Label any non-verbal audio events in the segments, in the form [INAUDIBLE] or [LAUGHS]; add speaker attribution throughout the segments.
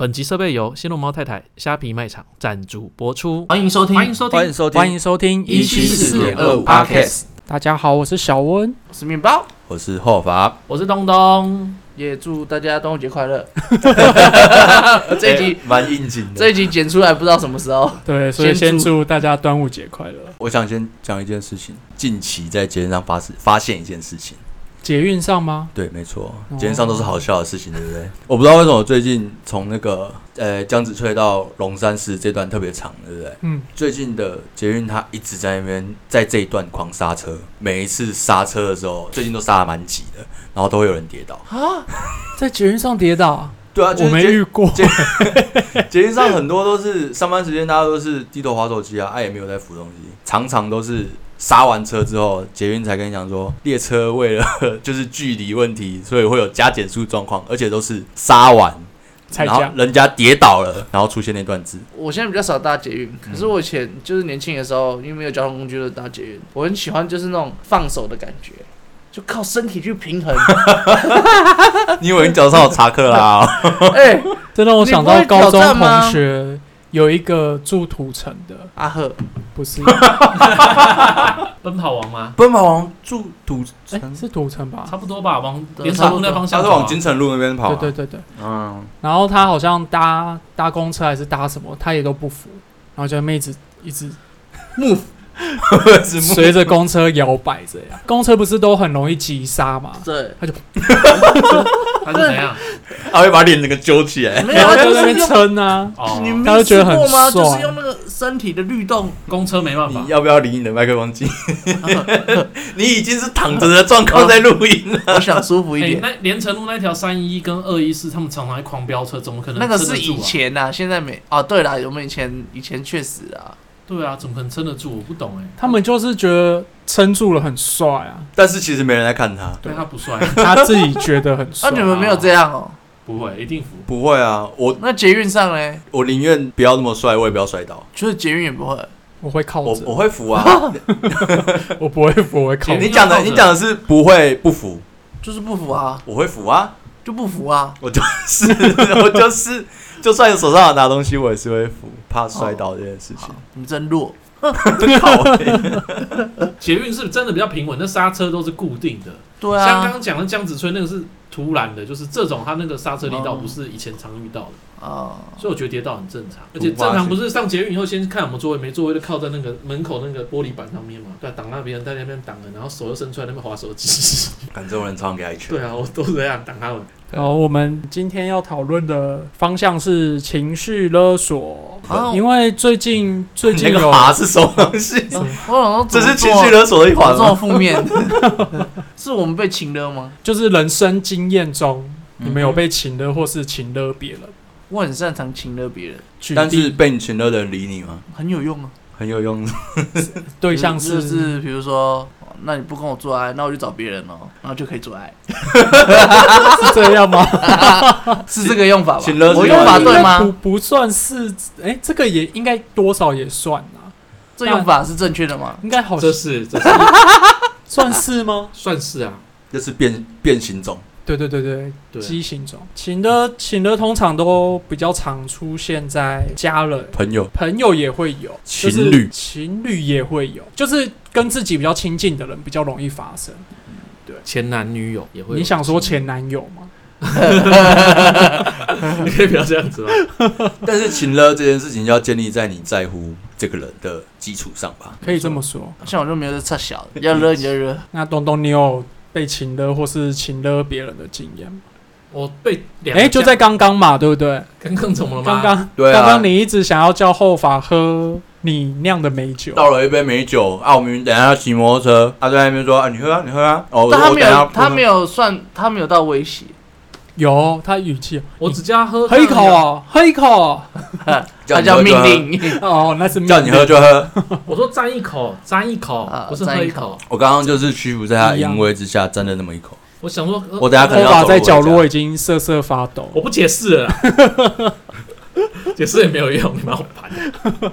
Speaker 1: 本集设备由新龙猫太太虾皮卖场赞助播出。
Speaker 2: 欢迎收听，
Speaker 1: 欢迎收听
Speaker 3: 欢，迎收听，
Speaker 4: 欢迎收听
Speaker 2: 一七四点二五 Podcast，
Speaker 4: 大家好，我是小温。
Speaker 2: 我是面包，
Speaker 3: 我是后法，
Speaker 1: 我是东东。
Speaker 2: 也祝大家端午节快
Speaker 1: [LAUGHS]
Speaker 2: 乐。这一集
Speaker 3: 哎蛮应景的。
Speaker 2: 这一集剪出来不知道什么时候，
Speaker 4: 对，所以
Speaker 2: 先
Speaker 4: 先
Speaker 2: 祝
Speaker 4: 祝大家端午节快乐。
Speaker 3: 我想先讲一件事情，近期在节目上发生发现一件事情，
Speaker 4: 捷运上吗？
Speaker 3: 对，没错，
Speaker 2: 哦
Speaker 3: 节目上都是好笑的事情，对不对？我不知道为什么我最近从那个呃江子翠到龙山寺这段特别长，对不对？
Speaker 4: 嗯，
Speaker 3: 最近的捷运它一直在那边在这一段狂刹车，每一次刹车的时候，最近都刹的蛮急的，然后都会有人跌倒。
Speaker 4: 在捷运上跌倒，
Speaker 3: 对啊，就
Speaker 4: 我
Speaker 3: 是
Speaker 4: 没
Speaker 3: 捷
Speaker 4: 遇过。
Speaker 3: 捷运上很多都是上班时间，大家都是低头划手机啊，哎、也没有在扶东西，常常都是刹完车之后，捷运才跟你讲说，列车为了 [LAUGHS] 就是距离问题，所以会有加减速状况，而且都是刹完，
Speaker 4: 才
Speaker 3: 然后
Speaker 4: 讲
Speaker 3: 人家跌倒了，然后出现那段字，
Speaker 2: 我现在比较少搭捷运，可是我以前就是年轻的时候，因为没有交通工具就搭捷运，我很喜欢就是那种放手的感觉，就靠身体去平
Speaker 1: [LAUGHS]
Speaker 2: 衡。
Speaker 3: 啊你以为你脚上有查克拉、 [LAUGHS] 哦？
Speaker 2: 哎，
Speaker 4: 这让我想到
Speaker 2: 你不会挑
Speaker 4: 高中
Speaker 2: 战吗
Speaker 4: 同学有一个住土城的，
Speaker 2: 阿赫，
Speaker 4: 不是，
Speaker 1: 奔跑王吗？
Speaker 3: 奔跑王住土
Speaker 4: 哎
Speaker 3: 城，，
Speaker 4: 是土城吧
Speaker 1: 差？不多吧，往
Speaker 2: 对
Speaker 1: 连长那方
Speaker 3: 他
Speaker 1: 向
Speaker 3: 是
Speaker 1: 走
Speaker 3: 往
Speaker 1: 啊。
Speaker 3: 金城路那边跑、
Speaker 4: 对
Speaker 3: 啊，
Speaker 4: 对对对。
Speaker 3: 嗯，
Speaker 4: 然后他好像搭搭公车还是搭什么，他也都不服，然后就那妹子一直
Speaker 3: 是
Speaker 4: [LAUGHS] 随着公车摇摆着呀。公车不是都很容易急刹嘛？
Speaker 2: 对，
Speaker 1: 他是怎 [LAUGHS] 样？
Speaker 3: 他会把脸整个揪起来，
Speaker 2: 没有，
Speaker 4: 然后
Speaker 2: 他
Speaker 4: 啊就
Speaker 2: 就
Speaker 4: 在那
Speaker 2: 是
Speaker 4: 边
Speaker 2: 用。
Speaker 4: 撑啊。
Speaker 1: 哎哦
Speaker 2: 你，们
Speaker 4: 他就觉得很
Speaker 2: 试过吗？
Speaker 4: 帅
Speaker 2: 就是用那个身体的律动，
Speaker 1: 公车没办法
Speaker 3: 你。要不要离你的麦克风近？
Speaker 4: 啊
Speaker 3: [LAUGHS] 你已经是躺着的状况在录音了。
Speaker 2: 我想舒服一
Speaker 1: 哎，
Speaker 2: 点。
Speaker 1: 那连城路那条三一跟二一四，他们常常在狂飙车，怎么可能
Speaker 2: 那个
Speaker 1: 撑得
Speaker 2: 是
Speaker 1: 住啊
Speaker 2: 以前呐、啊，现在没。哦，对啦，我们以前以前确实啊，
Speaker 1: 对啊，怎么可能撑得住？我不懂哎。
Speaker 4: 他们就是觉得撑住了很帅啊，
Speaker 3: 但是其实没人在看他。
Speaker 1: 对他不帅，
Speaker 4: 他自己觉得很
Speaker 2: 那、
Speaker 4: 帅
Speaker 2: [LAUGHS] 啊、。你们没有这样哦、
Speaker 1: 不会，一定服。
Speaker 3: 不会啊，我
Speaker 2: 那捷运上呢？
Speaker 3: 我宁愿不要那么帅，我也不要摔倒。
Speaker 2: 就是捷运也不会。
Speaker 4: 我会靠
Speaker 3: 我
Speaker 4: 着，
Speaker 3: 我会扶
Speaker 4: [LAUGHS]
Speaker 3: 啊。
Speaker 4: 我不会扶，我会靠
Speaker 1: 姐
Speaker 3: [LAUGHS]
Speaker 4: 着。
Speaker 3: 你讲的
Speaker 1: 靠着
Speaker 3: 你讲的是不会不扶，
Speaker 2: 就是不服啊，
Speaker 3: 我会扶啊， [LAUGHS]
Speaker 2: 就不服啊。
Speaker 3: 我就是 [LAUGHS] 我就是，就算手上有拿东西，我也是会扶，怕摔倒这件事情
Speaker 2: 好。，你真弱。
Speaker 3: 靠
Speaker 4: [LAUGHS]
Speaker 3: 背
Speaker 1: 捷运是真的比较平稳，那刹车都是固定的。
Speaker 2: 对
Speaker 1: 像刚
Speaker 2: 啊，
Speaker 1: 刚讲的江子翠那个是突然的，就是这种它那个刹车
Speaker 2: 哦
Speaker 1: 力道不是以前常遇到的，
Speaker 2: 啊、
Speaker 1: 所以我觉得跌倒很正常。而
Speaker 3: 突发
Speaker 1: 且
Speaker 3: 性
Speaker 1: 正常不是上捷运以后先看有没有座位，没座位就靠在那个门口那个玻璃板上面嘛，对啊、挡那边在那边挡了，然后手又伸出来那边划手机。
Speaker 3: 反正我能常给他一拳。
Speaker 1: [LAUGHS] 对啊，我都这样挡他们。
Speaker 4: 然后我们今天要讨论的方向是情绪勒索，
Speaker 2: 啊，
Speaker 4: 因为最近最
Speaker 3: 你那
Speaker 4: 近
Speaker 3: 个
Speaker 4: 有啊
Speaker 3: 爬是什么东西？
Speaker 2: 我想说，
Speaker 3: 这是情绪勒索的一
Speaker 2: 怎么
Speaker 3: 环啊
Speaker 2: 这么
Speaker 3: 吗？
Speaker 2: 负面？ [LAUGHS] 是我们被情勒吗？
Speaker 4: 就是人生经验中，
Speaker 3: 嗯
Speaker 4: 你们有被情勒或是情勒别人？
Speaker 2: 我很擅长情勒别人，
Speaker 4: 举
Speaker 3: 但是
Speaker 4: 例
Speaker 3: 被你情勒的人理你吗？
Speaker 2: 很有用啊。
Speaker 3: 很有用。 [LAUGHS]
Speaker 4: 对象
Speaker 2: 就是是比如说，哦那你不跟我做爱，那我就找别人哦，然后就可以做爱，
Speaker 4: 是这样吗？
Speaker 2: 是这个用法吧？
Speaker 3: 情勒是
Speaker 2: 我用法
Speaker 3: 答
Speaker 2: 对
Speaker 4: 应该不
Speaker 2: 吗？
Speaker 4: 不算是，哎，这个也应该多少也算啊，
Speaker 2: 这用法是正确的吗？
Speaker 4: 应该好
Speaker 1: 这是这是
Speaker 4: 算
Speaker 1: [LAUGHS]
Speaker 4: 是吗？
Speaker 1: 算是啊，
Speaker 3: 这是变变形种，
Speaker 4: 对对对对，
Speaker 1: 对啊
Speaker 4: 畸形种，请的请的通常都比较常出现在家人、
Speaker 3: 朋友
Speaker 4: 朋友也会有，就是
Speaker 3: 情侣
Speaker 4: 情侣也会有，就是跟自己比较亲近的人比较容易发生。
Speaker 1: 前男女友也会有。
Speaker 4: 你想说前男友吗？
Speaker 1: 你 [LAUGHS] 可以不要这样子吗？
Speaker 3: 但是情勒这件事情要建立在你在乎这个人的基础上吧。
Speaker 4: 可以这么说。
Speaker 2: 像我就没有在差小的，要勒你就勒，
Speaker 4: 那东东，你有被情勒或是情勒别人的经验吗？
Speaker 1: 我被两
Speaker 4: 哎、就在刚刚嘛，对不对？
Speaker 1: 刚刚怎么了吗？
Speaker 4: 刚刚、
Speaker 3: 对啊
Speaker 4: 刚刚你一直想要叫后法喝你酿的美酒，
Speaker 3: 倒了一杯美酒啊，我们等一下要骑摩托车，他、啊、在那边说啊，你喝啊，你喝啊。哦，我
Speaker 2: 但他
Speaker 3: 我
Speaker 2: 没
Speaker 3: 等一下
Speaker 2: 有，他没有算，他没有到威胁，
Speaker 4: 有他语气，
Speaker 1: 我只叫他喝
Speaker 4: 喝一口，
Speaker 1: 啊
Speaker 4: 哦，喝一口哦，
Speaker 2: 他
Speaker 3: 你喝
Speaker 2: 叫
Speaker 3: 就
Speaker 2: 命
Speaker 3: 喝，
Speaker 2: 令。
Speaker 4: 哦，那是
Speaker 3: 哎叫你喝
Speaker 2: [LAUGHS]
Speaker 3: 就喝。
Speaker 1: 我说沾一口，沾一口
Speaker 2: 啊，
Speaker 1: 不是喝
Speaker 2: 沾
Speaker 1: 一
Speaker 2: 一口
Speaker 1: 口。
Speaker 3: 我刚刚就是屈服在他
Speaker 4: 一样
Speaker 3: 淫威之下，沾了那么一口。
Speaker 1: 我想说，呃
Speaker 3: 我等一下可能
Speaker 4: 头
Speaker 3: 要
Speaker 4: 发
Speaker 3: 走
Speaker 4: 在
Speaker 3: 路
Speaker 4: 角
Speaker 3: 回
Speaker 4: 落
Speaker 3: 家
Speaker 4: 已经瑟瑟发抖。
Speaker 1: [LAUGHS] 我不解释了啦，解释也没有用，你蛮好烦的。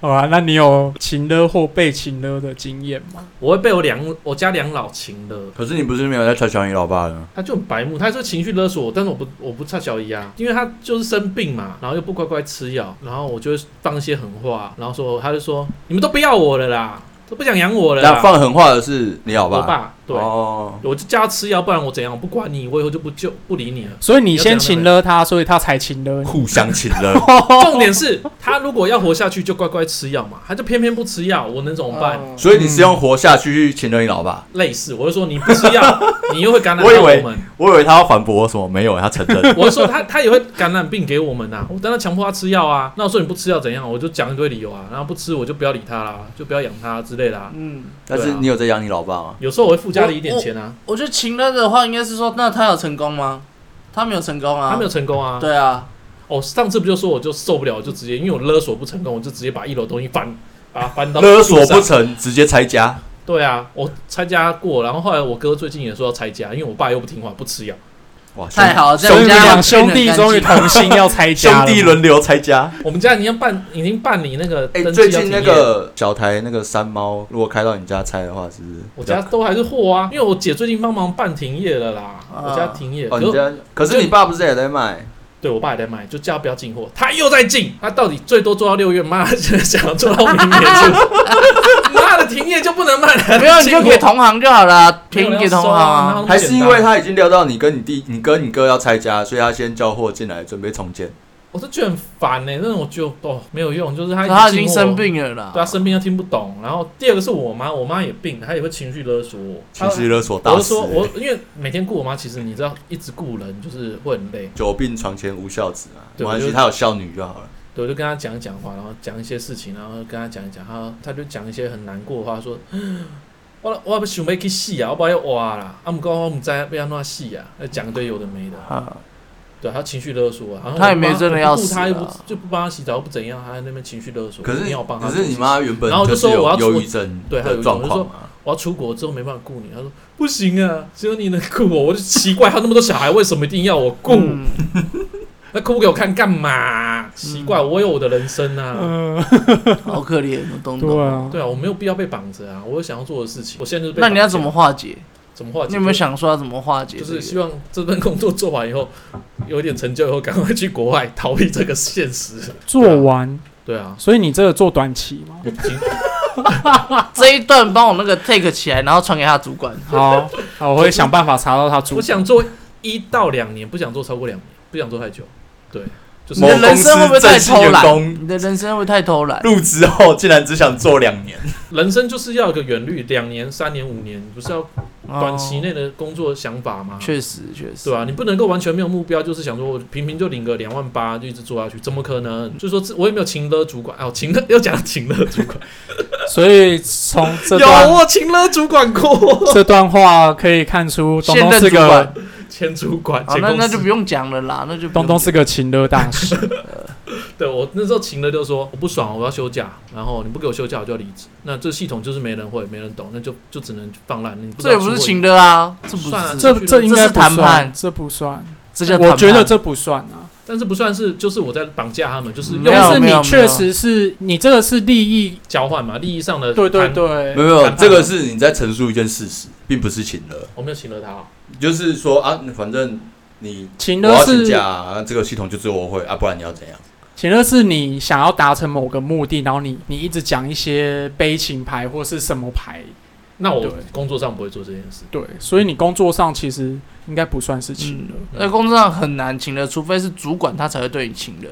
Speaker 4: 好吧，那你有请了或被请了的经验吗？
Speaker 1: 我会被我两我家两老情了。
Speaker 3: 可是你不是没有在嘲笑你老爸了？
Speaker 1: 他就很白目，他说情绪勒索我，但是我不我不差小姨啊，因为他就是生病嘛，然后又不乖乖吃药，然后我就会放一些狠话，然后说他就说你们都不要我了啦，都不想养我
Speaker 2: 啊
Speaker 1: 了啦
Speaker 3: 那。放狠话的是你老
Speaker 1: 我
Speaker 3: 爸，
Speaker 1: 爸对，
Speaker 3: 哦，
Speaker 1: 我就叫他吃药，不然我怎样？我不管你，我以后就不就不理
Speaker 3: [LAUGHS]
Speaker 1: 你了。
Speaker 4: 所以你先请了他，所以他才请了你。
Speaker 3: 互相亲
Speaker 2: [LAUGHS]
Speaker 3: 了，
Speaker 1: 重点是他如果要活下去，就乖乖吃药嘛，他就偏偏不吃药，我能怎么办？
Speaker 2: 嗯
Speaker 3: 所以你是用活下去去请了你老爸。
Speaker 1: 类似，我就说你不吃
Speaker 3: [LAUGHS]
Speaker 1: 药，你又会感染
Speaker 3: 我以
Speaker 1: 到
Speaker 3: 为
Speaker 1: 我们。
Speaker 3: 我以为他要反驳什么，没有，他承
Speaker 2: 啊
Speaker 3: 认。
Speaker 1: 我就说他他也会感染病给我们呐、啊我当然强迫他吃药啊。那我说你不吃药怎样？我就讲一堆理由啊，然后不吃我就不要理他啦，就不要养他之类的、啊。
Speaker 2: 嗯，
Speaker 3: 但是你有在养你老爸吗？
Speaker 1: 有时候我会附加了一点钱啊，
Speaker 2: 我觉得情人的话应该是说，那他有成功吗？他没有成功啊，
Speaker 1: 他没有成功啊。
Speaker 2: 对啊，
Speaker 1: 哦，上次不就说我就受不了，我就直接因为我勒索不成功，我就直接把一楼东西翻，把它翻到
Speaker 3: 勒索
Speaker 1: 树上
Speaker 3: 不成，直接拆家。
Speaker 1: 对啊，我参加过，然后后来我哥最近也说要拆家，因为我爸又不听话，不吃药。
Speaker 3: 哇，兄
Speaker 2: 太好了，这
Speaker 4: 兄
Speaker 2: 样
Speaker 4: 弟
Speaker 2: 家
Speaker 4: 两
Speaker 2: 要
Speaker 4: 兄
Speaker 2: 变
Speaker 4: 弟
Speaker 2: 得
Speaker 4: 终于
Speaker 2: 干净
Speaker 4: 同心要拆家了
Speaker 3: 兄
Speaker 4: 吗
Speaker 3: 弟轮流拆家。
Speaker 1: 我们家已经办已经办理那个
Speaker 3: 哎、
Speaker 1: 登记
Speaker 3: 最
Speaker 1: 要
Speaker 3: 近那
Speaker 1: 停业
Speaker 3: 个小台那个山猫，如果开到你家拆的话，是不是？
Speaker 1: 我家都还是货啊，因为我姐最近帮忙办停业了啦，
Speaker 2: 啊
Speaker 1: 我家停业，
Speaker 3: 哦，
Speaker 1: 可
Speaker 3: 你
Speaker 1: 是
Speaker 3: 家可是你爸不是也在卖？
Speaker 1: 对我爸也在卖，就叫他不要进货，他又在进，他到底最多做到六月，妈现在想要做到明年去，妈的停业就不能卖了，
Speaker 2: 没有你就
Speaker 1: 进货
Speaker 2: 给同行就好了，
Speaker 1: 没
Speaker 2: 平
Speaker 1: 有人
Speaker 2: 给
Speaker 1: 要
Speaker 2: 同
Speaker 1: 收
Speaker 2: 行
Speaker 1: 啊
Speaker 2: 啊。
Speaker 1: 那
Speaker 3: 还是因为他已经料到你跟你弟、你跟你哥要拆家，所以他先叫货进来准备重建。
Speaker 1: 我是觉得很烦呢、欸，那种就哦没有用，就是他
Speaker 2: 可
Speaker 1: 一
Speaker 2: 他已
Speaker 1: 直进
Speaker 2: 经
Speaker 1: 货
Speaker 2: 生。病了啦，
Speaker 1: 对他生病，他听不懂。然后第二个是我妈，我妈也病，她也会情绪勒索我。
Speaker 3: 情绪勒索
Speaker 1: 我
Speaker 3: 大
Speaker 1: 就
Speaker 3: 师、
Speaker 1: 说，
Speaker 3: 欸
Speaker 1: 我因为每天顾我妈，其实你知道，一直顾人就是会很累。
Speaker 3: 久病床前无孝子啊，没
Speaker 1: 对
Speaker 3: 关
Speaker 1: 我
Speaker 3: 系，
Speaker 1: 就
Speaker 3: 他有孝女就好了。
Speaker 1: 对，我就跟她讲一讲话，然后讲一些事情，然后跟她讲一讲，她她就讲一些很难过的话，说：“我我不想要去死啊，我不要哇啦，啊，不过我唔知道要安怎死啊。”讲一堆有的没的，对，她情绪勒索啊。然后
Speaker 2: 她也
Speaker 1: 我
Speaker 2: 没
Speaker 1: 妈
Speaker 2: 真的
Speaker 1: 我
Speaker 2: 要
Speaker 1: 不顾
Speaker 2: 死
Speaker 1: 她又
Speaker 2: 啊
Speaker 1: 不就不帮她洗澡，又不怎样，她在那边情绪勒索。
Speaker 3: 可
Speaker 1: 一
Speaker 3: 是
Speaker 1: 定要帮她
Speaker 3: 可
Speaker 1: 做
Speaker 3: 是
Speaker 1: 事情。
Speaker 3: 你妈原本
Speaker 1: 然后我就是说我
Speaker 3: 有
Speaker 1: 要出
Speaker 3: 忧郁症
Speaker 1: 对她有
Speaker 3: 的
Speaker 1: 一种
Speaker 3: 状
Speaker 1: 我
Speaker 3: 况
Speaker 1: 就说 [LAUGHS]
Speaker 3: 嘛，
Speaker 1: 我要出国之后没办法顾你。他说不行啊，只有你能顾我。我就奇怪，他那么多小孩，为什么一定要我顾？
Speaker 2: 嗯
Speaker 1: [LAUGHS] 那哭给我看干嘛？奇怪，我有我的人生啊。
Speaker 4: 嗯，
Speaker 2: 好可怜，哦我懂
Speaker 4: 对
Speaker 2: 懂。
Speaker 4: 啊，
Speaker 1: 对啊，我没有必要被绑着啊，我有想要做的事情。我现在就是被
Speaker 2: 那你要
Speaker 1: 绑架
Speaker 2: 怎么化解？
Speaker 1: 怎么化解？
Speaker 2: 你有没有？想说要怎么化解
Speaker 1: 就
Speaker 2: 这
Speaker 1: 是
Speaker 2: 个？
Speaker 1: 希望这份工作做完以后，有一点成就以后，赶快去国外逃避这个现实。
Speaker 4: 做完，
Speaker 1: 对啊，
Speaker 4: 所以你这个做短期嘛，
Speaker 1: 我今
Speaker 2: 这一段帮我那个 take 起来，然后传给他主管。
Speaker 4: 好，好，我会想办法查到他主
Speaker 1: 我想做一到两年，不想做超过两年，不想做太久。对，就是
Speaker 2: 你
Speaker 3: 某
Speaker 2: 的人生会不会太偷
Speaker 3: 某公司正式员
Speaker 2: 懒？
Speaker 3: 工
Speaker 2: 你的人生会不会太偷懒？
Speaker 3: 入职后竟然只想做两年，
Speaker 1: 人生就是要有个远虑，两年、三年、五年，不是要
Speaker 2: 哦
Speaker 1: 短期内的工作想法嘛，
Speaker 2: 确实确实
Speaker 1: 对啊，你不能够完全没有目标，就是想说我平平就领个两万八就一直做下去，怎么可能？就说这我也没有请了主管，哦，请了又讲请了主管，
Speaker 4: 所以从这
Speaker 1: 有
Speaker 4: 段
Speaker 1: 我请了主管 [LAUGHS] 过，
Speaker 4: 这段话可以看出，东
Speaker 2: 现
Speaker 4: 东
Speaker 2: 任
Speaker 4: 是
Speaker 2: 主
Speaker 4: 个
Speaker 2: 管，
Speaker 1: 前主管，
Speaker 2: 好，
Speaker 1: 前
Speaker 2: 啊那
Speaker 1: 公
Speaker 2: 那就不
Speaker 1: 司。
Speaker 2: 用讲了啦，那就不用
Speaker 4: 东东是个情乐大师。
Speaker 1: 对我那时候请了就说我不爽，我要休假，然后你不给我休假我就要离职。那这系统就是没人会，没人懂，那就就只能放烂。你不知
Speaker 2: 这
Speaker 1: 道
Speaker 2: 也不
Speaker 1: 出
Speaker 2: 是
Speaker 1: 货
Speaker 2: 情的啊，这不
Speaker 1: 算了
Speaker 2: 是
Speaker 4: 这这应该
Speaker 2: 这是
Speaker 4: 不
Speaker 2: 谈
Speaker 4: 算，
Speaker 2: 判
Speaker 4: 这不算，
Speaker 2: 这叫
Speaker 4: 我觉
Speaker 2: 谈判
Speaker 4: 得这不算啊。
Speaker 1: 但是不算是就是我在绑架他们，就是
Speaker 2: 没
Speaker 4: 因
Speaker 2: 有
Speaker 1: 用
Speaker 4: 为是你确实是你这个是利益，
Speaker 1: 交换嘛，利益上的
Speaker 4: 对对
Speaker 1: 谈，
Speaker 3: [LAUGHS]
Speaker 4: 对，
Speaker 3: 没有没有，
Speaker 4: 谈判
Speaker 3: 这个是你在陈述一件事实，并不是请了。
Speaker 1: 我没有请了他哦、
Speaker 3: 就是说啊，反正你
Speaker 4: 情
Speaker 3: 我
Speaker 4: 乐
Speaker 3: 要请假
Speaker 4: 是
Speaker 3: 啊，这个系统就只有我会啊，不然你要怎样？
Speaker 4: 情乐是你想要达成某个目的，然后你你一直讲一些悲情牌或是什么牌，
Speaker 1: 那我
Speaker 4: 对
Speaker 1: 工作上不会做这件事。
Speaker 4: 对，所以你工作上其实应该不算是情乐。
Speaker 2: 在工作上很难请的，除非是主管他才会对你请的。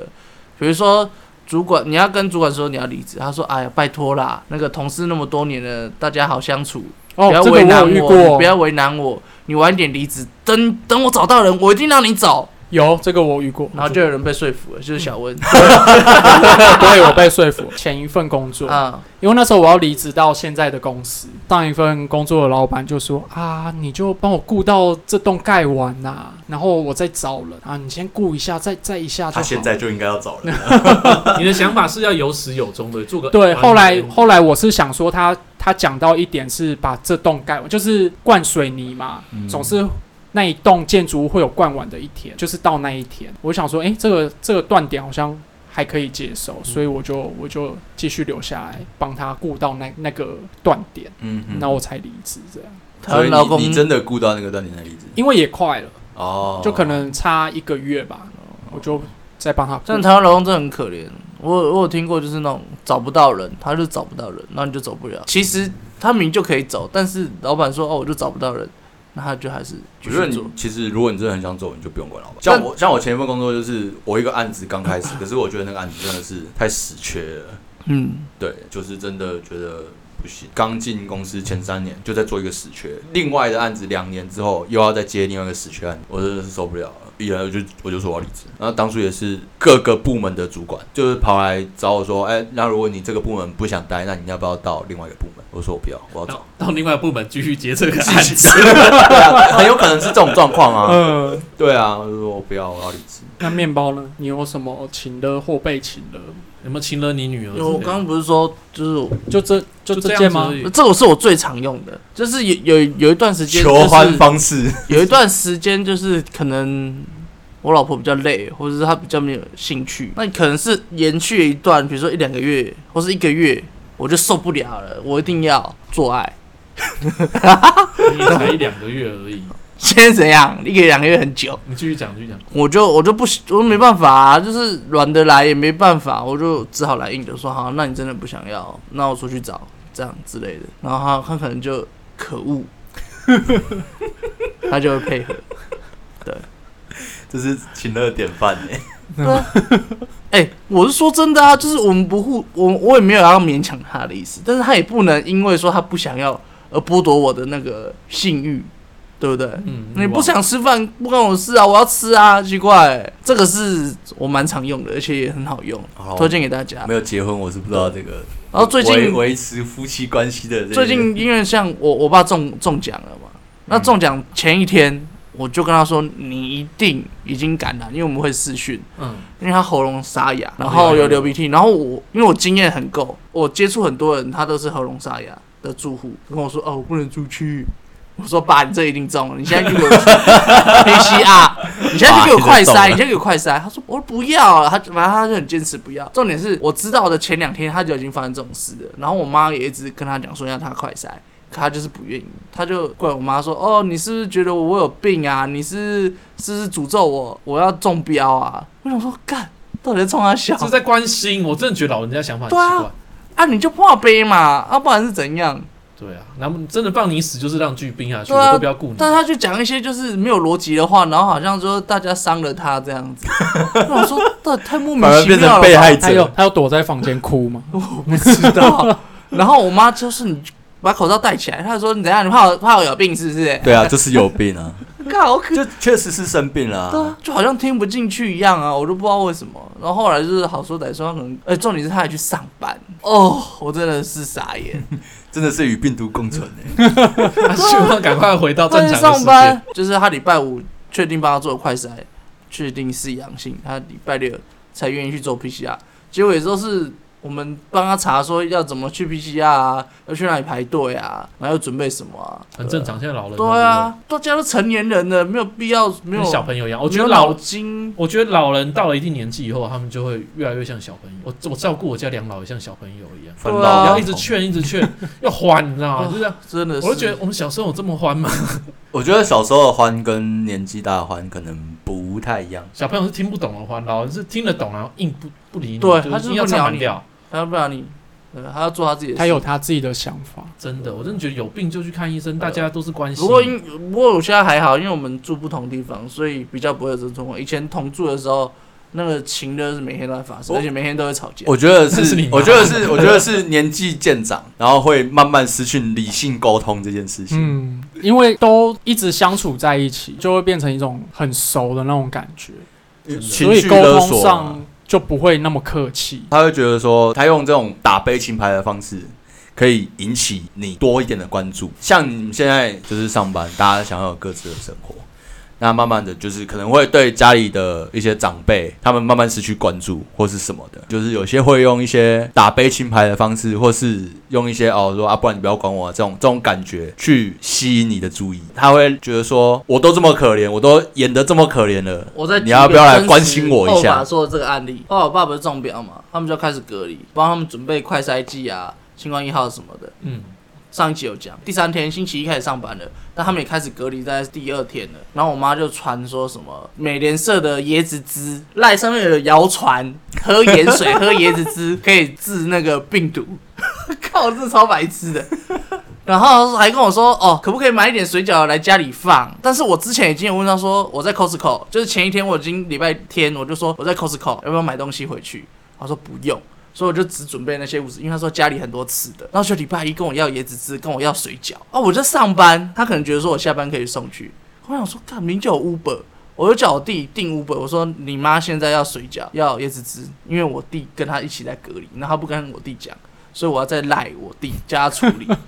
Speaker 2: 比如说，主管你要跟主管说你要离职，他说：“哎呀，拜托啦，那个同事那么多年了，大家好相处，
Speaker 4: 哦
Speaker 2: 不要，
Speaker 4: 这
Speaker 2: 为
Speaker 4: 个
Speaker 2: 难
Speaker 4: 有遇
Speaker 2: 你
Speaker 4: 过
Speaker 2: 不，要为难我，你晚点离职，等等我找到人，我一定让你走。”
Speaker 4: 有这个我遇过，
Speaker 2: 然后就 [LAUGHS] 有人被说服了，就是小温
Speaker 4: 对我被说服。前一份工
Speaker 2: [LAUGHS] [LAUGHS]
Speaker 4: 作，
Speaker 2: 啊，
Speaker 4: 因为那时候我要离职到现在的公司，上一份工作的老板就说啊，你就帮我顾到这栋盖完呐、然后我再找人啊，你先顾一下，再再一下就好。
Speaker 3: 啊他现在就应该要走了。
Speaker 1: 你的想法是要有始有终的，做个
Speaker 3: 哦
Speaker 1: 完
Speaker 4: 对，
Speaker 1: 美
Speaker 4: 后来
Speaker 1: 的
Speaker 4: 后来我是想说他他讲到一点是把这栋盖完，就是灌水泥嘛，
Speaker 3: 嗯
Speaker 4: 总是那一栋建筑物会有灌完的一天，就是到那一天，我想说，诶，这个这个断点好像。还可以接
Speaker 3: 嗯
Speaker 4: 受，所以我就我就继续留下来帮他顾到那那个断点，
Speaker 3: [LAUGHS] 嗯嗯，
Speaker 4: 那、我才离职这样，
Speaker 2: 台
Speaker 3: 所
Speaker 2: 湾
Speaker 3: 以
Speaker 2: 劳工
Speaker 3: 你你真的顾到那个断点的例子
Speaker 4: 因为也快了，
Speaker 3: 哦，
Speaker 4: 就可能差一个月吧，我就再帮他顾。
Speaker 2: 但台湾劳工真的很可怜。我我有听过，就是那种找不到人，他就找不到人，那你就走不了。其实他明明就可以走，但是老板说哦，我就找不到人，那他就还是继
Speaker 3: 我觉得
Speaker 2: 续做
Speaker 3: 你。其实，如果你真的很想走，你就不用管老板。
Speaker 2: 但
Speaker 3: 像我，像我前一份工作就是我一个案子刚开始，可是我觉得那个案子真的是太死缺了。
Speaker 2: 嗯，
Speaker 3: 对，就是真的觉得不行。刚进公司前三年就在做一个死缺，另外的案子两年之后又要再接另外一个死缺案子，我真的是受不了了。一来我就我就说我要离职。然后当初也是各个部门的主管就是跑来找我说，哎，那如果你这个部门不想待，那你要不要到另外一个部门？我说我不要，我要走
Speaker 1: [LAUGHS]
Speaker 5: 到。到另外部门继续接这个案子。
Speaker 3: 对啊很有可能是这种状况
Speaker 4: [LAUGHS]
Speaker 3: 啊。
Speaker 4: 呃，
Speaker 3: 对啊，我就说我不要，我要离职。
Speaker 4: 那面包呢？你有什么请了或被请了？
Speaker 1: 有没有亲了 [LAUGHS] 你女儿之类的？
Speaker 2: 因为我刚刚不是说，就是
Speaker 4: 就这
Speaker 1: 就
Speaker 4: 就
Speaker 1: 这
Speaker 4: 这
Speaker 1: 样
Speaker 4: 件
Speaker 1: 子
Speaker 4: 吗
Speaker 1: 而？已
Speaker 2: 这个是我最常用的，就是有有有一段时间、就是，
Speaker 3: 求欢方式， [LAUGHS]
Speaker 2: 有一段时间就是可能我老婆比较累，或者是她比较没有兴趣，那可能是延续一段，比如说一两个月或是一个月，我就受不了了，我一定要做爱。
Speaker 1: 你也才一两个月而已，
Speaker 2: [LAUGHS] 现在怎样？一个两个月很久，
Speaker 1: 你继续讲，继续讲。
Speaker 2: 我就我就不喜我没办法、啊，就是软的来也没办法，我就只好来硬的说好，那你真的不想要，那我出去找这样之类的，然后他他可能就可恶， [LAUGHS] 他就会配合。
Speaker 3: 这是情乐典范哎。
Speaker 2: 哎、我是说真的啊，就是我们不互，我我也没有要勉强他的意思，但是他也不能因为说他不想要而剥夺我的那个性欲，对不对？
Speaker 1: 嗯，
Speaker 2: 你不想吃饭不关我事啊，我要吃啊，奇怪、这个是我蛮常用的，而且也很好用，
Speaker 3: 好
Speaker 2: 推荐给大家。
Speaker 3: 哦没有结婚，我是不知道这个。
Speaker 2: 然后最近
Speaker 3: 维维持夫妻关系的这个，
Speaker 2: 最近因为像我我爸中中奖了
Speaker 3: 嗯
Speaker 2: 嘛，那中奖前一天我就跟他说，你一定已经感染，因为我们会视讯，
Speaker 1: 嗯，
Speaker 2: 因为他喉咙沙哑，然后哦有流鼻涕，然后我因为我经验很够，我接触很多人，他都是喉咙沙哑的住户，跟我说哦，我不能出去。我说爸，你这一定中了，你现在就给我 [LAUGHS] PCR，你现在就给我快
Speaker 3: 爸
Speaker 2: 筛，
Speaker 3: 你
Speaker 2: 你现在给我快筛。他说我不要啊了，他反正他就很坚持不要。重点是我知道的前两天他就已经发生这种事了，然后我妈也一直跟他讲说让他快筛。可他就是不愿意，他就怪我妈说：“哦，你是不是觉得我有病啊？你是是不是诅咒我？我要中标啊！”我想说，干，到底在冲
Speaker 1: [LAUGHS]
Speaker 2: 他笑
Speaker 1: 这在关心，我真的觉得老人家想法很
Speaker 2: 对啊
Speaker 1: 奇怪。
Speaker 2: 啊？你就破杯嘛，啊，不然是怎样？
Speaker 1: 对啊，那么真的放你死就是让巨兵下去，
Speaker 2: 对啊
Speaker 1: 我都不要顾你。
Speaker 2: 但他就讲一些就是没有逻辑的话，然后好像说大家伤了他这样子。我想说，到底太莫名
Speaker 3: 反而
Speaker 2: 其
Speaker 3: 变
Speaker 2: 妙了
Speaker 3: 成
Speaker 2: 吧。
Speaker 3: 被害
Speaker 4: 他有
Speaker 3: 者，
Speaker 4: 他有躲在房间
Speaker 1: [LAUGHS]
Speaker 4: 哭吗？
Speaker 2: 不 [LAUGHS] 知道。然后我妈就是你把口罩戴起来，她说你怎样？你怕我怕我有病是不是？
Speaker 3: 对啊，就是有病啊，
Speaker 2: 干好可
Speaker 3: 就确实是生病啦、
Speaker 2: 对啊，就好像听不进去一样啊，我都不知道为什么。然后后来就是好说歹说，他可能，哎、重点是他还去上班哦，我真的是傻眼。
Speaker 3: 真的是与病毒共存哎、
Speaker 1: [LAUGHS] 他希望赶快回到
Speaker 2: 他
Speaker 1: 正
Speaker 2: 啊去
Speaker 1: 常的
Speaker 2: 上
Speaker 1: 世界。
Speaker 2: 班，就是他礼拜五确定帮他做快筛，确定是阳性，他礼拜六才愿意去做 PCR，结果也都是。我们帮他查说要怎么去 PCR 啊，要去哪里排队啊，然后要准备什么啊，
Speaker 1: 很正常，现在老人
Speaker 2: 对啊。对啊，大家都成年人了，没有必要没
Speaker 1: 都是，
Speaker 2: 有
Speaker 1: 跟小朋友一样。我觉
Speaker 2: 没
Speaker 1: 得
Speaker 2: 有
Speaker 1: 老
Speaker 2: 脑筋
Speaker 1: 我觉得老人到了一定年纪以后，他们就会越来越像小朋友。我我照顾我家两老也像小朋友一样，
Speaker 3: 烦
Speaker 2: 对啊
Speaker 3: 恼
Speaker 1: 然
Speaker 3: 要
Speaker 1: 后一直劝，一直劝， [LAUGHS] 要欢，你知道吗？
Speaker 2: 哦
Speaker 1: 就这样。
Speaker 2: 真的是，
Speaker 1: 我就觉得我们小时候有这么欢吗？
Speaker 3: 我觉得小时候的欢跟年纪大的欢可能不太一样。
Speaker 1: 小朋友是听不懂的欢，老人是听得懂，然后硬不不理你，
Speaker 2: 对
Speaker 1: 就
Speaker 2: 他
Speaker 1: 是
Speaker 2: 就是
Speaker 1: 硬要
Speaker 2: 不
Speaker 1: 唱
Speaker 2: 鸟
Speaker 1: 反
Speaker 2: 你
Speaker 1: 调。
Speaker 2: 他不然你，呃，他要做他自己的事。
Speaker 4: 他有，他自己的想法。
Speaker 1: 真的，我真的觉得有病就去看医生，大家都是关心。
Speaker 2: 不过因不过我现在还好，因为我们住不同地方，所以比较不会有这种状况。以前同住的时候，那个情的是每天都在发生，
Speaker 3: 我
Speaker 2: 而且每天都会吵架。
Speaker 3: 我觉得
Speaker 1: 那是你
Speaker 3: 是
Speaker 1: 妈，
Speaker 3: 我觉得是，我觉得是年纪渐长，然后会慢慢失去理性沟通这件事情。
Speaker 4: 嗯，因为都一直相处在一起，就会变成一种很熟的那种感觉，
Speaker 1: 真的
Speaker 4: 所
Speaker 3: 情
Speaker 4: 以
Speaker 3: 绪
Speaker 4: 沟
Speaker 3: 勒
Speaker 4: 通
Speaker 3: 索啊、
Speaker 4: 上就不会那么客
Speaker 1: [LAUGHS]
Speaker 4: 气。
Speaker 3: 他会觉得说，他用这种打悲情牌的方式，可以引起你多一点的关注。像你们现在就是上班，大家想要有各自的生活，那慢慢的就是可能会对家里的一些长辈，他们慢慢失去关注或是什么的，就是有些会用一些打悲情牌的方式，或是用一些哦说啊，不然你不要管我、啊、这种这种感觉去吸引你的注意。他会觉得说，我都这么可怜，我都演得这么可怜了，
Speaker 2: 我在
Speaker 3: 你要不要来关心我一下？
Speaker 2: 说的这个案例，后来我爸不是中标嘛，他们就开始隔离，帮他们准备快筛剂啊、新冠一号什么的。
Speaker 1: 嗯，
Speaker 2: 上一集有讲，第三天星期一开始上班了，但他们也开始隔离在第二天了。然后我妈就传说什么美联社的椰子汁，赖上面有谣传，喝盐水、喝椰子汁可以治那个病毒， [LAUGHS] 靠，这超白痴的。然后还跟我说，哦，可不可以买一点水饺来家里放？但是我之前已经有问他说，我在 Costco，就是前一天我已经礼拜天我就说我在 Costco，要不要买东西回去？他说不用，所以我就只准备那些物资，因为他说家里很多吃的。然后就礼拜一跟我要椰子汁，跟我要水饺。哦，我在上班，他可能觉得说我下班可以送去。我想说，干明就有 Uber，我就叫我弟订 Uber，我说你妈现在要水饺，要椰子汁，因为我弟跟他一起在隔离，然后他不跟我弟讲，所以我要再赖我弟叫他处理。
Speaker 3: [LAUGHS]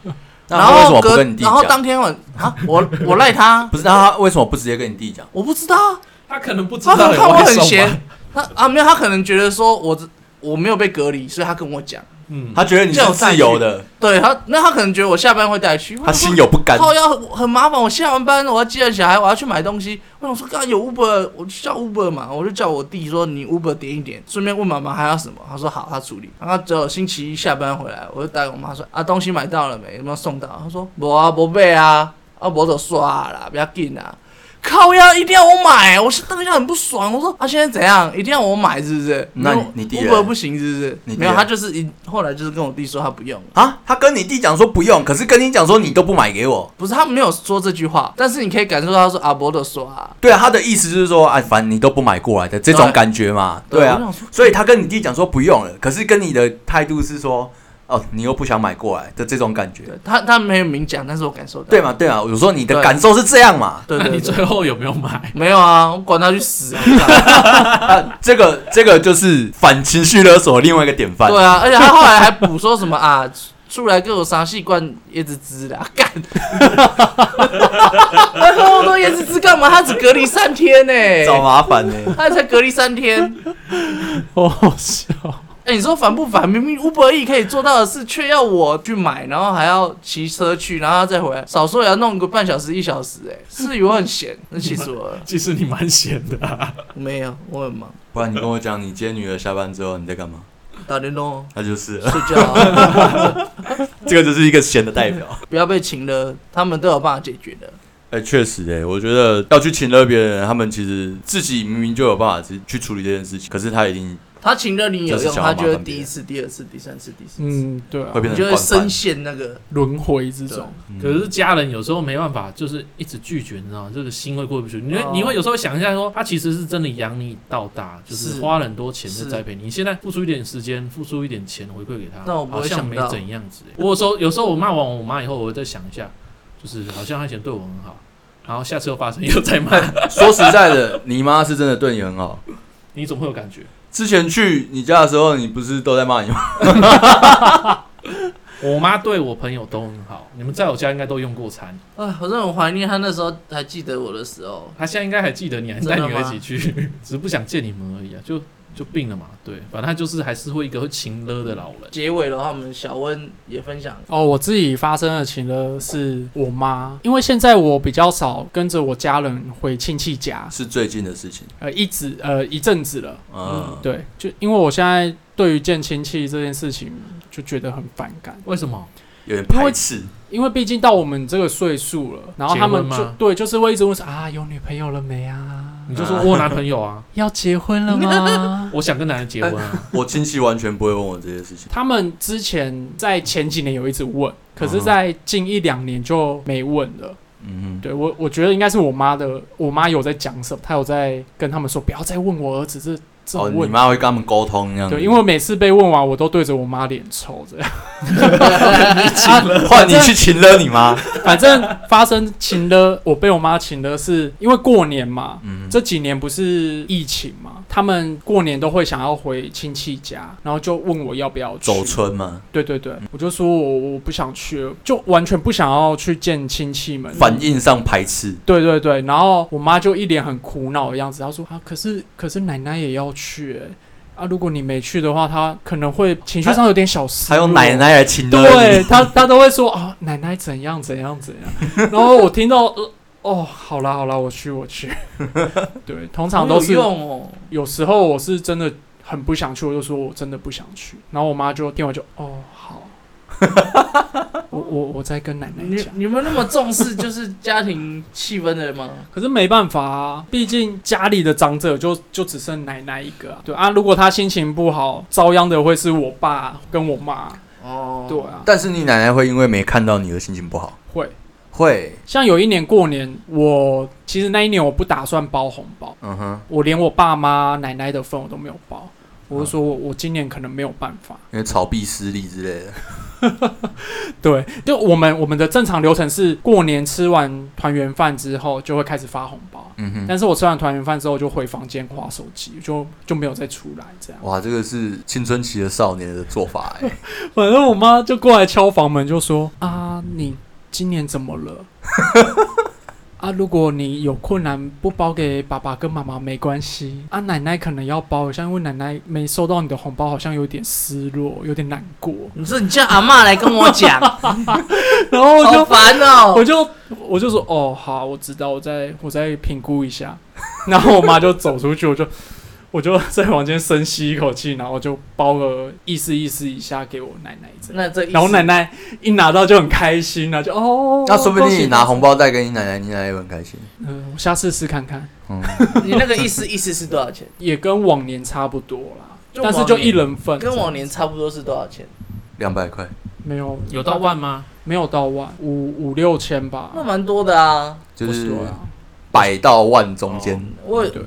Speaker 3: 那
Speaker 2: 然
Speaker 3: 他为什
Speaker 2: 后
Speaker 3: 么不
Speaker 2: 隔，
Speaker 3: 跟你弟
Speaker 2: 然后
Speaker 3: 讲？
Speaker 2: 当天晚啊，我我赖他，
Speaker 3: 不是，那他为什么不直接跟你弟讲？
Speaker 2: 我不知道啊，
Speaker 3: [LAUGHS]
Speaker 1: 他可能不知
Speaker 2: 他可
Speaker 1: 道
Speaker 2: 能
Speaker 1: 有
Speaker 2: 看我
Speaker 1: 外
Speaker 2: 很
Speaker 1: 送吧
Speaker 2: 闲，他啊没有，他可能觉得说我我没有被隔离，所以他跟我讲，
Speaker 1: 嗯，
Speaker 3: 他觉得你是自由的，
Speaker 2: 对他，那他可能觉得我下班会带去，
Speaker 3: 他心有不甘。
Speaker 2: 靠要很麻烦，我下完班我要接了小孩，我要去买东西，我想说刚有 Uber，我就叫 Uber 嘛，我就叫我弟说你 Uber 点一点，顺便问妈妈还要什么，他说好，他处理，然后只有星期一下班回来，我就带我妈说啊东西买到了没，有没有送到？他说没啊，没买啊，啊我就刷啦，不要紧啊。靠呀！一定要我买，我是当下很不爽。我说啊，现在怎样？一定要我买是不是？
Speaker 3: 那你你弟嘞
Speaker 2: Uber 不行是不是
Speaker 3: 你？弟
Speaker 2: 没有，
Speaker 3: 嘞
Speaker 2: 他就是一后来就是跟我弟说他不用了。
Speaker 3: 啊，他跟你弟讲说不用，可是跟你讲说你都不买给我。
Speaker 2: 不是他没有说这句话，但是你可以感受到他说阿伯的说啊，
Speaker 3: 对啊，他的意思就是说，哎，反正你都不买过来的这种
Speaker 2: 对
Speaker 3: 感觉嘛。对
Speaker 2: 我
Speaker 3: 啊
Speaker 2: 想，说
Speaker 3: 所以他跟你弟讲说不用了，可是跟你的态度是说，哦，你又不想买过来的这种感觉。
Speaker 2: 对他他没有明讲，但是我感受到，
Speaker 3: 对嘛，对嘛，我说你的
Speaker 2: 对
Speaker 3: 感受是这样嘛。
Speaker 2: 对
Speaker 5: 那
Speaker 3: [LAUGHS]
Speaker 2: 对
Speaker 5: 你
Speaker 2: 对，
Speaker 5: 最后有没有
Speaker 1: [LAUGHS]
Speaker 5: 买？
Speaker 2: 没有啊，我管他去死啊！
Speaker 3: [LAUGHS] 啊，这个这个就是反情绪勒索的另外一个典范。
Speaker 2: 对啊，而且他后来还补说什么啊，出来给我啥细罐椰子汁的，啊 [LAUGHS] 干，他喝那么多椰子汁干嘛？他只隔离三天呢、
Speaker 3: [LAUGHS] 找麻烦呢、
Speaker 2: 他才隔离三天。
Speaker 4: 好
Speaker 1: 哦
Speaker 4: 好笑。
Speaker 2: 哎、你说烦不烦？明明 Uber E 可以做到的事，却要我去买，然后还要骑车去，然后再回来，少说也要弄个半小时一小时、哎，是以为我很
Speaker 3: [LAUGHS]
Speaker 2: 闲，那气死我了。
Speaker 5: 其实你蛮闲的、啊，
Speaker 2: 没有，我很忙，
Speaker 3: 不然你跟我讲，你接女儿下班之后你在干嘛？
Speaker 2: 打电动哦，
Speaker 3: 那就是 [LAUGHS] 了
Speaker 2: 睡觉啊、
Speaker 3: 这个就是一个闲的代表。
Speaker 2: 不要被情了，他们都有办法解决的。
Speaker 3: 哎、确实哎、我觉得要去请了别人，他们其实自己明明就有办法去去处理这件事情，可是他已经
Speaker 2: 他情了你有
Speaker 3: 就是
Speaker 2: 用，
Speaker 3: 想
Speaker 2: 他
Speaker 3: 要
Speaker 2: 就会
Speaker 3: 麻烦别
Speaker 2: 第
Speaker 3: 人
Speaker 2: 一次、第二次、第三次、第四次，
Speaker 4: 嗯，对啊
Speaker 3: 会，变
Speaker 2: 你
Speaker 3: 成
Speaker 2: 就会
Speaker 3: 惯犯
Speaker 2: 深。陷那个。
Speaker 4: 轮回之中，
Speaker 3: 嗯
Speaker 1: 可是家人有时候没办法，就是一直拒绝，你知道吗？这个心会过不去。你会、
Speaker 2: 哦
Speaker 1: 你会有时候想一下说，他其实是真的养你到大，就是
Speaker 2: 是
Speaker 1: 花了很多钱在
Speaker 2: 是
Speaker 1: 栽培你。你现在付出一点时间，付出一点钱回馈给他，
Speaker 2: 但我不会
Speaker 1: 好像没
Speaker 2: 想到
Speaker 1: 怎样子、欸。我有时候有时候我骂完我妈以后，我会再想一下，就是好像他以前对我很好，然后下次又发生又再骂，
Speaker 3: 说实在的，你妈是真的对你很好。
Speaker 1: 你总会有感觉。
Speaker 3: 之前去你家的时候，你不是都在骂你吗？ [LAUGHS]
Speaker 1: 我妈对我朋友都很好，你们在我家应该都用过餐，
Speaker 3: 啊
Speaker 2: 哎，我真的很怀念他那时候还记得我的时候。
Speaker 1: 她现在应该还记得你，还
Speaker 5: 啊
Speaker 1: 带女儿一
Speaker 5: [LAUGHS]
Speaker 1: 起去，只是不想见你们而已啊，就就病了嘛。对，反正她就是还是会一个会情勒的老人。
Speaker 2: 结尾的话，我们小温也分享
Speaker 4: 哦，我自己发生的情呢是我妈，因为现在我比较少跟着我家人回亲戚家，
Speaker 3: 是最近的事情，
Speaker 4: 呃，一直呃一阵子了，
Speaker 3: 嗯，
Speaker 4: 对，就因为我现在对于见亲戚这件事情就觉得很反感，
Speaker 1: 为什么？
Speaker 3: 有点排斥。
Speaker 4: 因为毕竟到我们这个岁数了，然后他们
Speaker 1: 结
Speaker 4: 就
Speaker 1: 婚吗
Speaker 4: 对，就是会一直问说啊，有女朋友了没啊？
Speaker 1: 你就说我有男朋友
Speaker 4: [LAUGHS]
Speaker 1: 啊，？
Speaker 4: 要结婚了
Speaker 1: [LAUGHS]
Speaker 4: 吗
Speaker 1: 我想跟男人结婚
Speaker 4: 呃
Speaker 1: 啊。
Speaker 3: 我亲戚完全不会问我这些事情。
Speaker 4: 他们之前在前几年有一直问，可
Speaker 1: 嗯
Speaker 4: 是，在近一两年就没问了。
Speaker 3: 嗯哼，
Speaker 4: 对我，我觉得应该是我妈的，我妈有在讲什么，她有在跟他们说，不要再问我儿子这这
Speaker 3: 哦，
Speaker 4: 种
Speaker 3: 你
Speaker 4: 问题。
Speaker 3: 妈会嗯跟他们沟通这样子。
Speaker 4: 对，因为我每次被问完，我都对着我妈脸抽着。 [LAUGHS]
Speaker 3: 换你去请了你妈。
Speaker 4: 反正发生请了，我被我妈请了，是因为过年嘛。
Speaker 3: 嗯，
Speaker 4: 这几年不是疫情嘛，他们过年都会想要回亲戚家，然后就问我要不要去
Speaker 3: 走村嗯嘛，
Speaker 4: 对对对，我就说我我不想去了，就完全不想要去见亲戚们。
Speaker 3: 反应上排斥。
Speaker 4: 对对对，然后我妈就一脸很苦恼的样子，她说啊，可是可是奶奶也要去、欸，啊，如果你没去的话，她可能会情绪上有点小失
Speaker 3: 还
Speaker 4: 落。
Speaker 3: 有奶。奶来请了
Speaker 4: 对
Speaker 3: 你，
Speaker 4: 她她都会说啊，奶奶怎样怎样怎样。然后我听到，呃哦，好啦好啦，我去
Speaker 3: [LAUGHS]
Speaker 4: 我去。对，通常都是
Speaker 2: 好有用哦。
Speaker 4: 有时候我是真的很不想去，我就说我真的不想去，然后我妈就电话就哦好，我我我再跟奶奶
Speaker 2: 你
Speaker 4: 讲。
Speaker 2: 你们那么重视就是家庭气氛的吗？
Speaker 4: 可是没办法啊，毕竟家里的长者就就只剩奶奶一个啊。对啊，如果她心情不好，遭殃的会是我爸跟我妈。
Speaker 2: 哦，
Speaker 4: 对啊，
Speaker 3: 但是你奶奶会因为没看到你而心情不好，
Speaker 4: 会。
Speaker 3: 会，
Speaker 4: 像有一年过年，我其实那一年我不打算包红包，
Speaker 3: 嗯哼，
Speaker 4: 我连我爸妈奶奶的份我都没有包。我就说我我今年可能没有办法，
Speaker 3: 因为炒币失利之类的。
Speaker 4: 对，就我们我们的正常流程是过年吃完团圆饭之后就会开始发红包，
Speaker 3: 嗯哼，
Speaker 4: 但是我吃完团圆饭之后就回房间划手机，就就没有再出来这样。
Speaker 3: 哇，这个是青春期的少年的做法哎、
Speaker 4: 反正我妈就过来敲房门，就说啊，你今年怎么 [LAUGHS] 了？啊，如果你有困难不包给爸爸跟妈妈没关系，啊，奶奶可能要包一下，因为奶奶没收到你的红包，好像有点失落，有点难过。
Speaker 2: 你说你叫阿嬷来跟我讲，
Speaker 4: 然 [LAUGHS] 后我就
Speaker 2: 好烦哦
Speaker 4: 我。就我就说哦好，我知道，我再我再评估一下。 [LAUGHS] 然后我妈就走出去，我就我就在房间深吸一口气，然后就包了意思意思一下给我奶奶这样。
Speaker 2: 那这意思
Speaker 4: 然后奶奶一拿到就很开心啊，就哦，
Speaker 3: 那说不定你拿红
Speaker 4: 包，
Speaker 3: 包袋给你奶奶，你奶奶也会很开心。
Speaker 4: 嗯、我下次试看看，
Speaker 3: 嗯，
Speaker 2: 你那个意思意思是多少钱？
Speaker 4: 也跟往年差不多啦，
Speaker 2: 就
Speaker 4: 但是
Speaker 2: 往
Speaker 4: 就
Speaker 2: 年
Speaker 4: 一人份，
Speaker 2: 跟往年差不多是多少钱？
Speaker 3: 两百块，
Speaker 4: 没有
Speaker 5: 有到万吗？
Speaker 4: 没有到万五五六千吧，
Speaker 2: 那蛮多的啊。
Speaker 3: 就
Speaker 4: 不是
Speaker 3: 是
Speaker 4: 多啦
Speaker 3: 百到万中间。
Speaker 2: 我
Speaker 4: 对，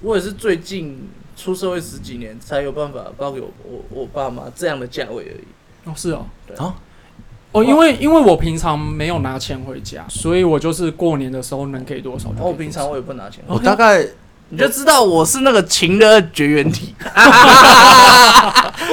Speaker 2: 我也是最近出社会十几年才有办法包给我我我爸妈这样的价位而已。
Speaker 4: 哦，是哦。
Speaker 2: 对
Speaker 3: 啊
Speaker 4: 哦，因为因为我平常没有拿钱回家，所以我就是过年的时候能给多少就给
Speaker 2: 然
Speaker 4: 多
Speaker 2: 后哦
Speaker 4: 少。
Speaker 2: 我平常我也不拿钱，
Speaker 4: 哦
Speaker 3: 我大概
Speaker 2: 你就知道我是那个情的绝缘
Speaker 4: [LAUGHS]
Speaker 2: 体。 [LAUGHS]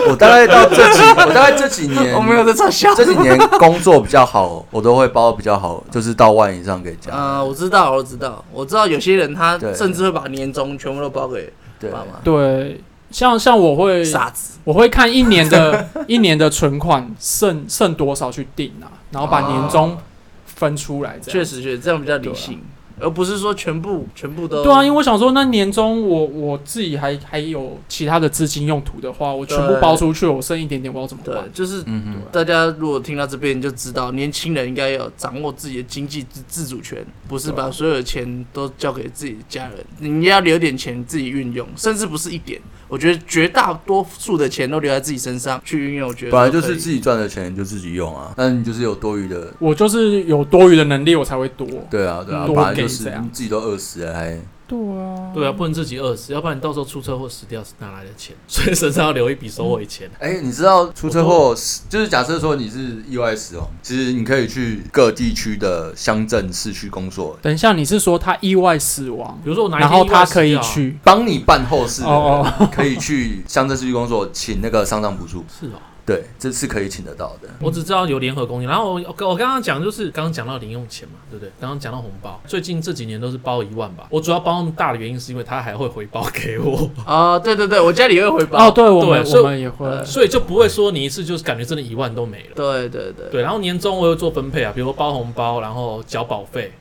Speaker 3: 我大概到这几，我大概这几年，
Speaker 2: [LAUGHS] 我没有在嘲笑。
Speaker 3: [LAUGHS] 这几年工作比较好，我都会包比较好，就是到万以上给家。
Speaker 2: 啊，我知道，我知道，我知道有些人他
Speaker 3: 对
Speaker 2: 甚至会把年终全部都包给
Speaker 3: 对，
Speaker 2: 爸妈，
Speaker 4: 对，像像我会
Speaker 2: 傻子。
Speaker 4: 我会看一年的一年的存款剩剩多少去定啊，然后把年终分出来这
Speaker 2: 确
Speaker 4: 样。
Speaker 2: 实，确实这样比较理性，而不是说全部全部都
Speaker 4: 啊对啊，因为我想说，那年终我我自己还还有其他的资金用途的话，我全部
Speaker 2: 对
Speaker 4: 包出去，我剩一点点，我要怎么花？
Speaker 2: 对，就是
Speaker 3: 嗯哼。
Speaker 2: 大家如果听到这边就知道，年轻人应该要掌握自己的经济自自主权，不
Speaker 3: 啊
Speaker 2: 是把所有的钱都交给自己的家人，你要留点钱自己运用，甚至不是一点。我觉得绝大多数的钱都留在自己身上去运用，我觉得
Speaker 3: 本来就是自
Speaker 2: 己
Speaker 3: 己赚的钱就自己用啊，但你就是有多余的，
Speaker 4: 我就是有多余的能力，我才会多。
Speaker 3: 对啊对啊，
Speaker 4: 多
Speaker 3: 本来就
Speaker 4: 给
Speaker 3: 是
Speaker 4: 这样
Speaker 3: 自己都饿死了还
Speaker 4: 对啊，
Speaker 5: 对啊，不能自己饿死，要不然你到时候出车祸死掉是哪来的钱？所以身上要留一笔收尾钱。
Speaker 3: 哎、你知道出车祸死，就是假设说你是意外死亡，其实你可以去各地区的乡镇、市区工作，
Speaker 4: 等一下，你是说他意外死亡
Speaker 5: 比，如说我哪一
Speaker 4: 然
Speaker 5: 天
Speaker 4: 后
Speaker 5: 意外
Speaker 4: 他
Speaker 5: 死
Speaker 4: 可以
Speaker 5: 掉
Speaker 4: 去？
Speaker 3: 帮你办后事的人
Speaker 4: 哦
Speaker 3: 可以去乡镇、市区工作，请那个丧葬补助，
Speaker 5: 是哦，
Speaker 3: 对，这是可以请得到的。
Speaker 5: 我只知道有联合公益，然后我我刚刚讲就是刚刚讲到零用钱嘛，对不对？刚刚讲到红包，最近这几年都是包一万吧。我主要包那么大的原因是因为他还会回报给我，
Speaker 2: 啊、对对对，我家里也会回报。
Speaker 4: 哦，对，我们
Speaker 5: 对所
Speaker 4: 我
Speaker 5: 以
Speaker 4: 们也会。
Speaker 2: 呃
Speaker 5: 所以就不会说你一次就是感觉真的一万都没了。
Speaker 2: 对对对，
Speaker 5: 对，然后年终我有做分配啊，比如说包红包，然后缴保费，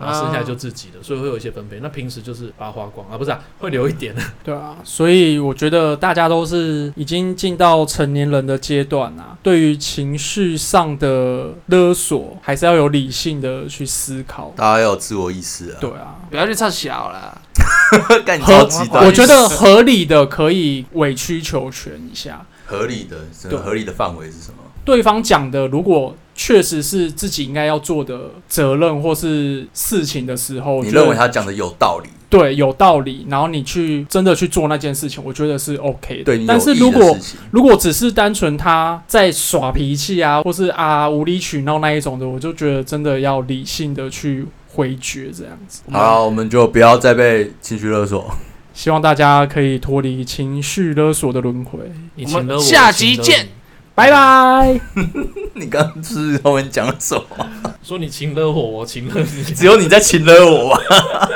Speaker 5: 然后剩
Speaker 2: 啊
Speaker 5: 下就自己的，所以会有一些分配。那平时就是把它花光啊，不是啊，会留一点。
Speaker 4: 对啊，所以我觉得大家都是已经进到成年人的阶段啊，对于情绪上的勒索，还是要有理性的去思考。
Speaker 3: 大家要有自我意识啊！
Speaker 4: 对啊，
Speaker 2: 不要去唱小啦。
Speaker 3: [LAUGHS] 干你超极端，
Speaker 4: 我觉得合理的可以委曲求全一下。
Speaker 3: 合理的，这个
Speaker 4: 对
Speaker 3: 合理的范围是什么？
Speaker 4: 对方讲的，如果确实是自己应该要做的责任或是事情的时候，我
Speaker 3: 你
Speaker 4: 觉得
Speaker 3: 认为他讲的有道理，
Speaker 4: 对有道理，然后你去真的去做那件事情，我觉得是 OK 的。
Speaker 3: 对你有
Speaker 4: 但是
Speaker 3: 益
Speaker 4: 如
Speaker 3: 的
Speaker 4: 果
Speaker 3: 事情
Speaker 4: 如果只是单纯他在耍脾气啊，或是啊无理取闹那一种的，我就觉得真的要理性的去回绝这样子。
Speaker 3: 好啦，我们就不要再被情绪勒索。 [LAUGHS]
Speaker 4: 希望大家可以脱离情绪勒索的轮回。
Speaker 5: 你
Speaker 2: 我
Speaker 5: 请
Speaker 2: 们
Speaker 5: 了我，
Speaker 2: 下
Speaker 5: 我
Speaker 2: 集
Speaker 5: 请了
Speaker 2: 见
Speaker 4: 拜拜。
Speaker 3: 你刚刚是后面讲了什么？
Speaker 5: 你，说你请了我，我请了你。
Speaker 3: 只有你在请了我吧？